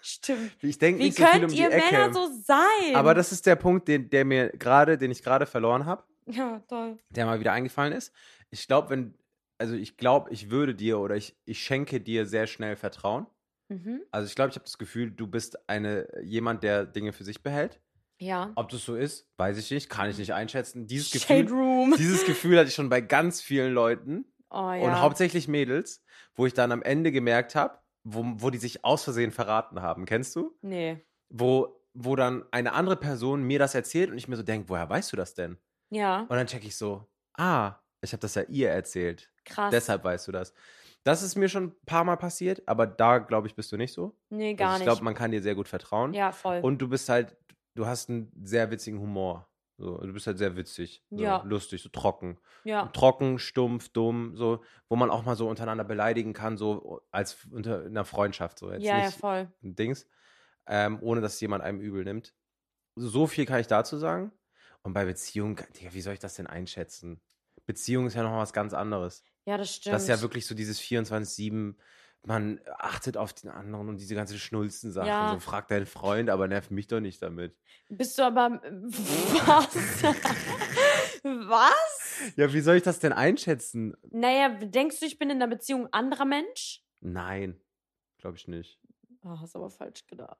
Stimmt. Ich denke Wie nicht so könnt viel um die ihr Ecke. Männer so sein? Aber das ist der Punkt, den, der mir gerade, den ich gerade verloren habe, ja, toll. der mal wieder eingefallen ist. Ich glaube, wenn, also ich glaube, ich würde dir oder ich, ich schenke dir sehr schnell Vertrauen. Mhm. Also ich glaube, ich habe das Gefühl, du bist eine jemand, der Dinge für sich behält. Ja. Ob das so ist, weiß ich nicht, kann ich nicht einschätzen. Dieses Shade Gefühl, Room. dieses Gefühl hatte ich schon bei ganz vielen Leuten Oh, ja. und hauptsächlich Mädels, wo ich dann am Ende gemerkt habe, wo, wo die sich aus Versehen verraten haben. Kennst du? nee. Wo, wo dann eine andere Person mir das erzählt und ich mir so denke, woher weißt du das denn? Ja, Und dann checke ich so, ah, ich habe das ja ihr erzählt. krass. Deshalb weißt du das. Das ist mir schon ein paar Mal passiert, aber da glaube ich, bist du nicht so. Nee, gar also ich nicht. glaube, man kann dir sehr gut vertrauen. ja, voll. Und du bist halt, du hast einen sehr witzigen Humor. So, du bist halt sehr witzig, so, Ja. lustig, so trocken. ja. Trocken, stumpf, dumm, so, wo man auch mal so untereinander beleidigen kann, so als unter in einer Freundschaft, so jetzt Ja, ja, nicht voll. ein Dings, ähm, ohne dass jemand einem übel nimmt. So viel kann ich dazu sagen. Und bei Beziehung, Digga, wie soll ich das denn einschätzen? Beziehung ist ja noch was ganz anderes. Ja, das stimmt. Das ist ja wirklich so dieses 24-7, man achtet auf den anderen und diese ganze Schnulzen-Sachen. Ja. So, frag deinen Freund, aber nerv mich doch nicht damit. Bist du aber. Was? was? Ja, wie soll ich das denn einschätzen? Naja, denkst du, ich bin in einer Beziehung anderer Mensch? Nein, glaube ich nicht. Oh, hast aber falsch gedacht.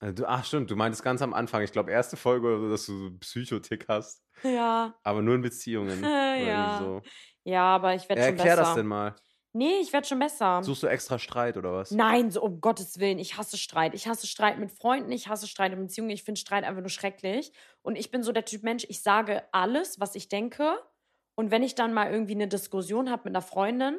Äh, Du, ach stimmt, du meintest ganz am Anfang, ich glaube erste Folge oder so, dass du so einen Psychotick hast, Ja. aber nur in Beziehungen. oder irgendwie Ja. so. Ja, aber ich ja, werde schon besser. erklär das denn mal. Nee, ich werde schon besser. Suchst du extra Streit oder was? Nein, so um Gottes Willen, ich hasse Streit. Ich hasse Streit mit Freunden, ich hasse Streit in Beziehungen, ich finde Streit einfach nur schrecklich. Und ich bin so der Typ Mensch, ich sage alles, was ich denke. Und wenn ich dann mal irgendwie eine Diskussion habe mit einer Freundin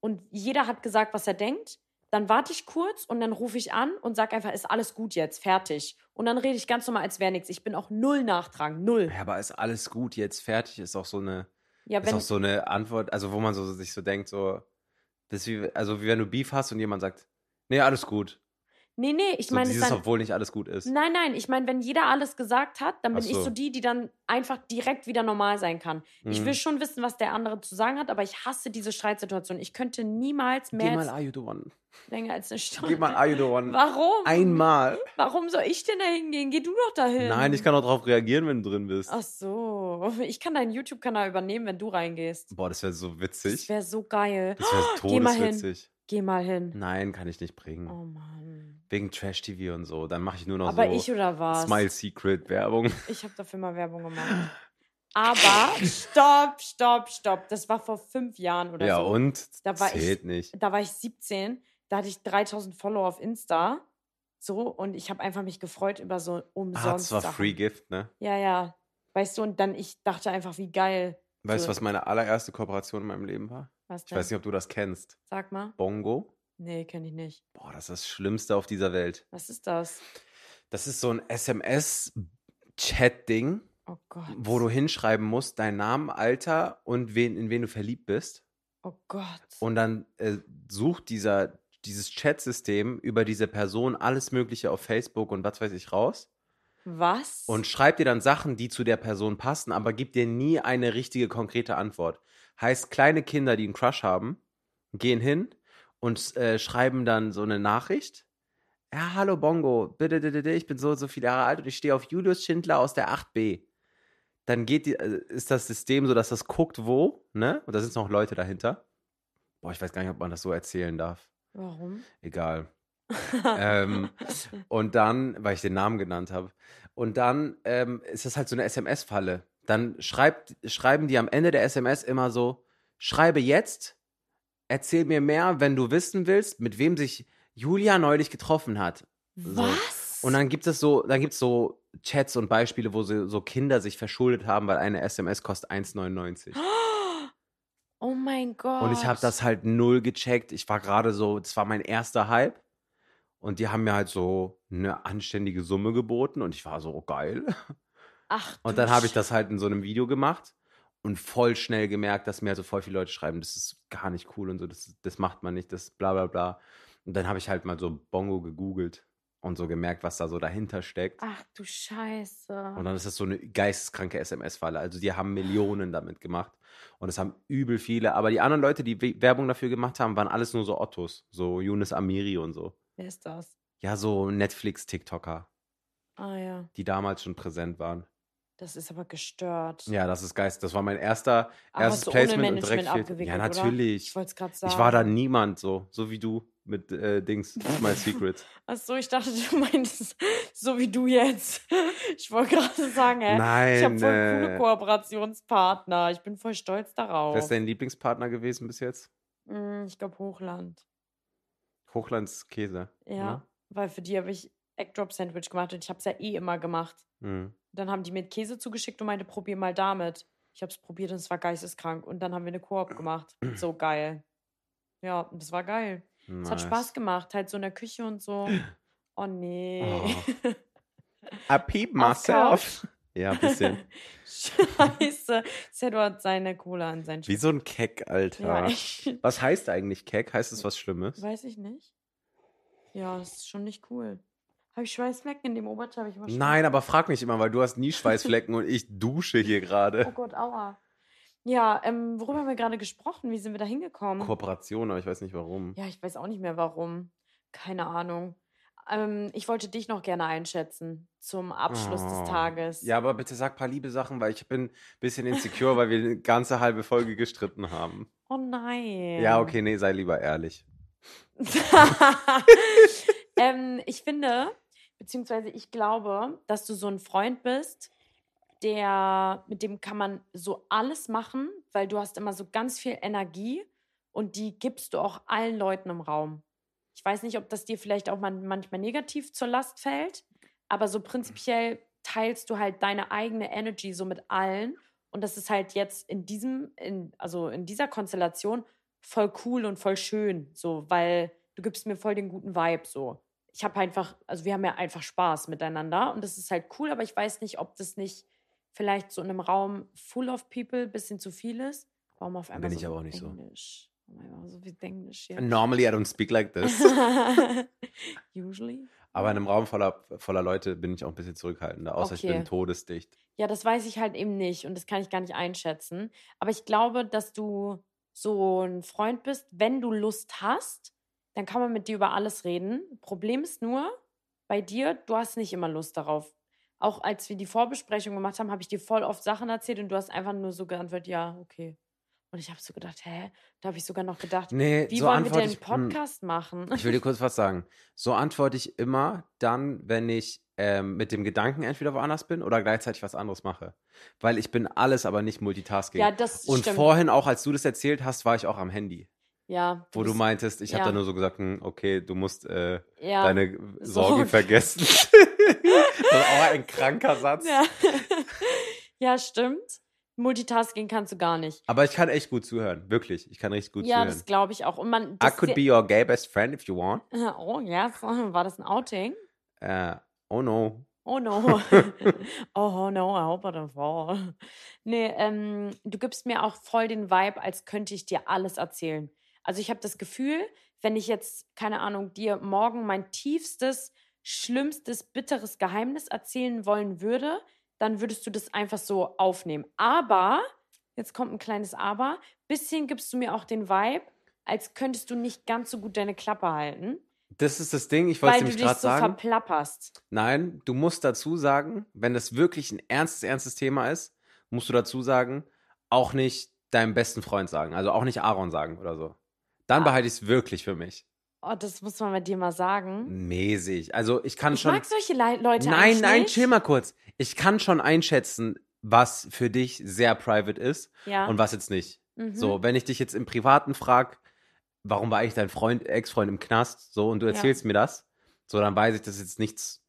und jeder hat gesagt, was er denkt, dann warte ich kurz und dann rufe ich an und sage einfach, ist alles gut jetzt, fertig. Und dann rede ich ganz normal, als wäre nichts. Ich bin auch null nachtragen, null. Ja, aber ist alles gut jetzt fertig, ist auch so eine, Ja, ist wenn, auch so eine Antwort, also wo man so, sich so denkt, so, das ist wie, also wie wenn du Beef hast und jemand sagt, nee, alles gut. Nee, nee, ich so meine, es dieses, dann. obwohl nicht alles gut ist. Nein, nein, ich meine, wenn jeder alles gesagt hat, dann bin Ach ich so. so die, die dann einfach direkt wieder normal sein kann. Ich Mhm. will schon wissen, was der andere zu sagen hat, aber ich hasse diese Streitsituation. Ich könnte niemals Geh mehr mal als, Are You The One. länger als eine Stunde. Geh mal Are You The One. Warum? Einmal. Warum soll ich denn da hingehen? Geh du doch dahin. Nein, ich kann auch darauf reagieren, wenn du drin bist. Ähm. Ach so, ich kann deinen YouTube-Kanal übernehmen, wenn du reingehst. Boah, das wäre so Das witzig. wäre so geil. Das wäre Geh mal hin. todeswitzig. Geh mal hin. Nein, kann ich nicht bringen. Oh Mann. Wegen Trash-TV und so. Dann mache ich nur noch Aber so ich oder was? Smile-Secret-Werbung. Ich habe dafür mal Werbung gemacht. Aber stopp, stopp, stopp. Das war vor fünf Jahren oder Ja, so. und? Da war ich- Zählt nicht. Da war ich 17, da hatte ich 3000 Follower auf Insta. So, und ich habe einfach mich gefreut über so umsonst. Ah, das war Sachen. Free Gift, ne? Ja, ja. Weißt du, und dann ich dachte einfach, wie geil. Weißt du, So. was meine allererste Kooperation in meinem Leben war? Was Ich weiß nicht, ob du das kennst. Sag mal. Bongo? Nee, kenne ich nicht. Boah, das ist das Schlimmste auf dieser Welt. Was ist das? Das ist so ein SMS-Chat-Ding, Oh Gott. wo du hinschreiben musst, deinen Namen, Alter und wen, in wen du verliebt bist. Oh Gott. Und dann äh, sucht dieser, dieses Chat-System über diese Person alles Mögliche auf Facebook und was weiß ich raus. Was? Und schreibt dir dann Sachen, die zu der Person passen, aber gibt dir nie eine richtige, konkrete Antwort. Heißt, kleine Kinder, die einen Crush haben, gehen hin und äh, schreiben dann so eine Nachricht. Ja, hallo Bongo, bitte, bitte, bitte, ich bin so und so viele Jahre alt und ich stehe auf Julius Schindler aus der 8b. Dann geht die, äh, ist das System so, dass das guckt, wo, ne? Und da sind noch Leute dahinter. Boah, ich weiß gar nicht, ob man das so erzählen darf. Warum? Egal. ähm, und dann, weil ich den Namen genannt habe, und dann ähm, ist das halt so eine SMS-Falle. Dann schreibt, schreiben die am Ende der SMS immer so: Schreibe jetzt, erzähl mir mehr, wenn du wissen willst, mit wem sich Julia neulich getroffen hat. so. Was? Und dann gibt es so, dann gibt es so Chats und Beispiele, wo so, so Kinder sich verschuldet haben, weil eine SMS kostet 1,99. Oh mein Gott. Und ich habe das halt null gecheckt. Ich war gerade so, das war mein erster Hype. Und die haben mir halt so eine anständige Summe geboten und ich war so oh, geil. Ach, Und du dann habe ich Sch- das halt in so einem Video gemacht und voll schnell gemerkt, dass mir halt so voll viele Leute schreiben, das ist gar nicht cool und so, das, das macht man nicht, das bla bla bla. Und dann habe ich halt mal so Bongo gegoogelt und so gemerkt, was da so dahinter steckt. Ach du Scheiße. Und dann ist das so eine geisteskranke SMS-Falle. Also die haben Millionen damit gemacht. Und es haben übel viele. Aber die anderen Leute, die We- Werbung dafür gemacht haben, waren alles nur so Ottos. So Yunus Amiri und so. Wer ist das? Ja, so Netflix-TikToker, Ah ja. die damals schon präsent waren. Das ist aber gestört. Ja, das ist geist. Das war mein erster, erstes aber Ah, hast du Placement ohne und direkt Management viel- abgewickelt, Ja, Oder? natürlich. Ich wollte es gerade sagen. Ich war da niemand so. So wie du mit äh, Dings, My Secret. Achso, ich dachte, du meintest, so wie du jetzt. Ich wollte gerade sagen, hä? Nein. ich habe voll coole äh, Kooperationspartner. Ich bin voll stolz darauf. Wer ist dein Lieblingspartner gewesen bis jetzt? Mm, Ich glaube Hochland. Hochlands Käse. Ja, ne? weil für die habe ich Eggdrop-Sandwich gemacht und ich habe es ja eh immer gemacht. Mhm. Dann haben die mir Käse zugeschickt und meinte, probier mal damit. Ich habe es probiert und es war geisteskrank. Und dann haben wir eine Koop gemacht. So geil. Ja, und das war geil. Es hat Nice. Spaß gemacht, halt so in der Küche und so. Oh nee. Oh. I peep Auf myself. Ja, ein bisschen. Scheiße. Sed hat seine Cola in sein Wie so ein Keck, Ja, Alter. echt. Was heißt eigentlich Keck? Heißt es was Schlimmes? Weiß ich nicht. Ja, das ist schon nicht cool. Habe ich Schweißflecken in dem Oberteil? Hab ich immer Nein, Schweiß- aber frag mich immer, weil du hast nie Schweißflecken und ich dusche hier Oh gerade. Gott, aua. Ja, ähm, worüber haben wir gerade gesprochen? Wie sind wir da hingekommen? Kooperation, aber ich weiß nicht warum. Ja, ich weiß auch nicht mehr warum. Keine Ahnung. Ähm, ich wollte dich noch gerne einschätzen zum Abschluss Oh. des Tages. Ja, aber bitte sag paar liebe Sachen, weil ich bin ein bisschen insecure, weil wir eine ganze halbe Folge gestritten haben. Oh nein. Ja, okay, nee, sei lieber ehrlich. ähm, ich finde, beziehungsweise ich glaube, dass du so ein Freund bist, der, mit dem kann man so alles machen, weil du hast immer so ganz viel Energie und die gibst du auch allen Leuten im Raum. Ich weiß nicht, ob das dir vielleicht auch man, manchmal negativ zur Last fällt, aber so prinzipiell teilst du halt deine eigene Energy so mit allen. Und das ist halt jetzt in diesem, in, also in dieser Konstellation voll cool und voll schön, so, weil du gibst mir voll den guten Vibe, so. Ich habe einfach, also wir haben ja einfach Spaß miteinander und das ist halt cool, aber ich weiß nicht, ob das nicht vielleicht so in einem Raum full of people ein bisschen zu viel ist. Warum auf einmal Bin so ich aber auch nicht so. Englisch? Oh mein Gott, so viel Englisch Äh, hier. Normally I don't speak like this. Usually. Aber in einem Raum voller, voller Leute bin ich auch ein bisschen zurückhaltender, außer ich Okay. bin todesdicht. Ja, das weiß ich halt eben nicht und das kann ich gar nicht einschätzen. Aber ich glaube, dass du so ein Freund bist, wenn du Lust hast, dann kann man mit dir über alles reden. Problem ist nur, bei dir, du hast nicht immer Lust darauf. Auch als wir die Vorbesprechung gemacht haben, habe ich dir voll oft Sachen erzählt und du hast einfach nur so geantwortet, ja, okay. Und ich habe so gedacht, hä? Da habe ich sogar noch gedacht, Nee, wie so wollen wir antworte denn einen ich, hm, Podcast machen? Ich will dir kurz was sagen. So antworte ich immer dann, wenn ich ähm, mit dem Gedanken entweder woanders bin oder gleichzeitig was anderes mache. Weil ich bin alles, aber nicht Multitasking. Ja, das Und stimmt. vorhin, auch als du das erzählt hast, war ich auch am Handy. ja, Wo du bist- meintest, ich habe ja. da nur so gesagt, hm, okay, du musst äh, ja, deine Sorgen Sorgen. vergessen. das war auch ein kranker Satz. Ja. ja, stimmt. Multitasking kannst du gar nicht. Aber ich kann echt gut zuhören, wirklich. Ich kann richtig gut ja, das zuhören. glaube ich auch. Und man. I Das could be your gay best friend if you want. oh, ja, yes. war das ein Outing? Äh, oh no. Oh no. oh no, I hope I don't fall. Nee, ähm, du gibst mir auch voll den Vibe, als könnte ich dir alles erzählen. Also ich habe das Gefühl, wenn ich jetzt, keine Ahnung, dir morgen mein tiefstes, schlimmstes, bitteres Geheimnis erzählen wollen würde, dann würdest du das einfach so aufnehmen. Aber, jetzt kommt ein kleines Aber, bisschen gibst du mir auch den Vibe, als könntest du nicht ganz so gut deine Klappe halten, Das ist das Ding, ich wollte es weil nämlich du dich gerade so sagen. verplapperst. Nein, du musst dazu sagen, wenn das wirklich ein ernstes, ernstes Thema ist, musst du dazu sagen, auch nicht deinem besten Freund sagen. Also auch nicht Aaron sagen oder so. Dann Ah. behalte ich es wirklich für mich. Oh, das muss man bei dir mal sagen. Mäßig. Also ich kann Ich schon. mag solche Lei- Leute nein, eigentlich nein, nicht. chill mal kurz. Ich kann schon einschätzen, was für dich sehr private ist Ja. und was jetzt nicht. mhm. So, wenn ich dich jetzt im Privaten frage, warum war ich dein Freund, Ex-Freund im Knast, so und du Ja. erzählst mir das, so dann weiß ich, das ist jetzt nichts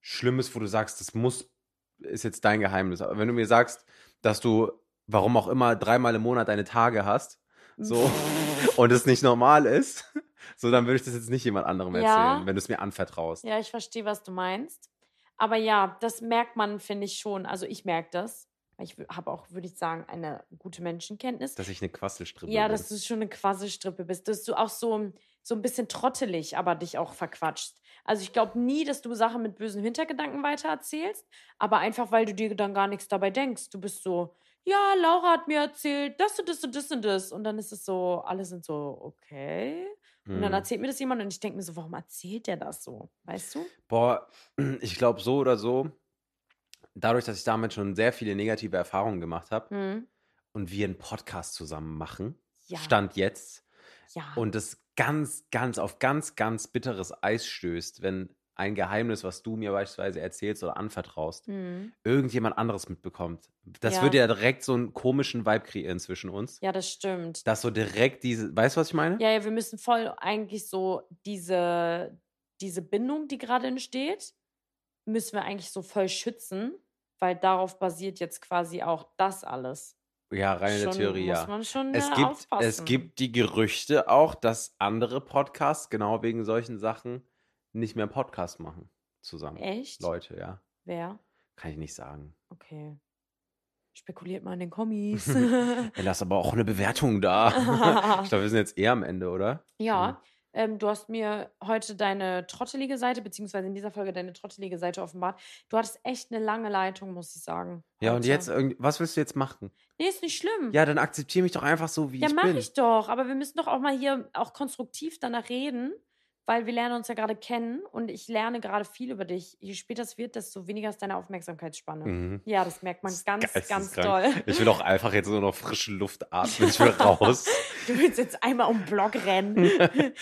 Schlimmes, wo du sagst, das muss, ist jetzt dein Geheimnis. Aber wenn du mir sagst, dass du, warum auch immer, dreimal im Monat deine Tage hast, so und es nicht normal ist, so dann würde ich das jetzt nicht jemand anderem erzählen, Ja. wenn du es mir anvertraust. Ja, ich verstehe, was du meinst. Aber ja, das merkt man, finde ich schon. Also ich merke das. Ich habe auch, würde ich sagen, eine gute Menschenkenntnis. Dass ich eine Quasselstrippe ja, bin. dass du schon eine Quasselstrippe bist. Dass du auch so, so ein bisschen trottelig, aber dich auch verquatscht. Also ich glaube nie, dass du Sachen mit bösen Hintergedanken weitererzählst, aber einfach, weil du dir dann gar nichts dabei denkst. Du bist so, ja, Laura hat mir erzählt, das und das und das und das. Und dann ist es so, alle sind so, okay. Und dann Hm. erzählt mir das jemand und ich denke mir so, warum erzählt der das so? Weißt du? Boah, ich glaube so oder so, dadurch, dass ich damit schon sehr viele negative Erfahrungen gemacht habe Hm. und wir einen Podcast zusammen machen, Ja. Ah. Stand jetzt, Ja. und das ganz, ganz auf ganz, ganz bitteres Eis stößt, wenn ein Geheimnis, was du mir beispielsweise erzählst oder anvertraust, Hm. irgendjemand anderes mitbekommt. Das Ja. würde ja direkt so einen komischen Vibe kreieren zwischen uns. Ja, das stimmt. Dass so direkt diese, weißt du, was ich meine? Ja, ja, wir müssen voll eigentlich so diese, diese Bindung, die gerade entsteht, müssen wir eigentlich so voll schützen, weil darauf basiert jetzt quasi auch das alles. Ja, rein in der Schon Theorie, muss ja. man schon Es äh, gibt, aufpassen. es gibt die Gerüchte auch, dass andere Podcasts genau wegen solchen Sachen nicht mehr einen Podcast machen zusammen. Echt? Leute, ja. Wer? Kann ich nicht sagen. Okay. Spekuliert mal in den Kommis. Dann lass aber auch eine Bewertung da. ich glaube, wir sind jetzt eher am Ende, oder? Mhm. Ja, ähm, du hast mir heute deine trottelige Seite, beziehungsweise in dieser Folge deine trottelige Seite offenbart. Du hattest echt eine lange Leitung, muss ich sagen. Ja, und heute. jetzt, irgend- was willst du jetzt machen? Nee, ist nicht schlimm. Ja, dann akzeptiere mich doch einfach so, wie ja ich mach bin. ich doch. Aber wir müssen doch auch mal hier auch konstruktiv danach reden, weil wir lernen uns ja gerade kennen und ich lerne gerade viel über dich. Je später es wird, desto weniger ist deine Aufmerksamkeitsspanne. Mhm. Ja, das merkt man Das ist ganz, ganz geisteskrank. doll. Ich will auch einfach jetzt nur noch frische Luft atmen. Ich will raus. Du willst jetzt einmal um den Block rennen.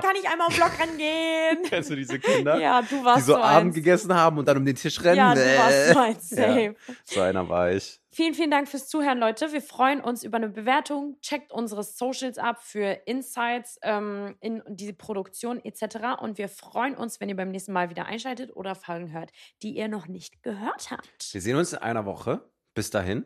Boah. kann ich einmal um den Block rennen gehen? Kennst du diese Kinder, Ja, du die warst so, Abend eins. gegessen haben und dann um den Tisch rennen? Ja, du warst so Äh. eins. Safe. so einer war ich. Vielen, vielen Dank fürs Zuhören, Leute. Wir freuen uns über eine Bewertung. Checkt unsere Socials ab für Insights ähm, in die Produktion etc. Und wir freuen uns, wenn ihr beim nächsten Mal wieder einschaltet oder Folgen hört, die ihr noch nicht gehört habt. Wir sehen uns in einer Woche. Bis dahin.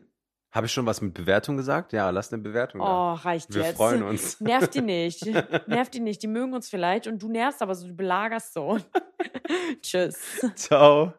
Habe ich schon was mit Bewertung gesagt? Ja, lass eine Bewertung da. Oh, reicht Wir jetzt. freuen uns. Nervt die nicht. Nervt die nicht. Die mögen uns vielleicht und du nervst aber so, du belagerst so. Tschüss. Ciao.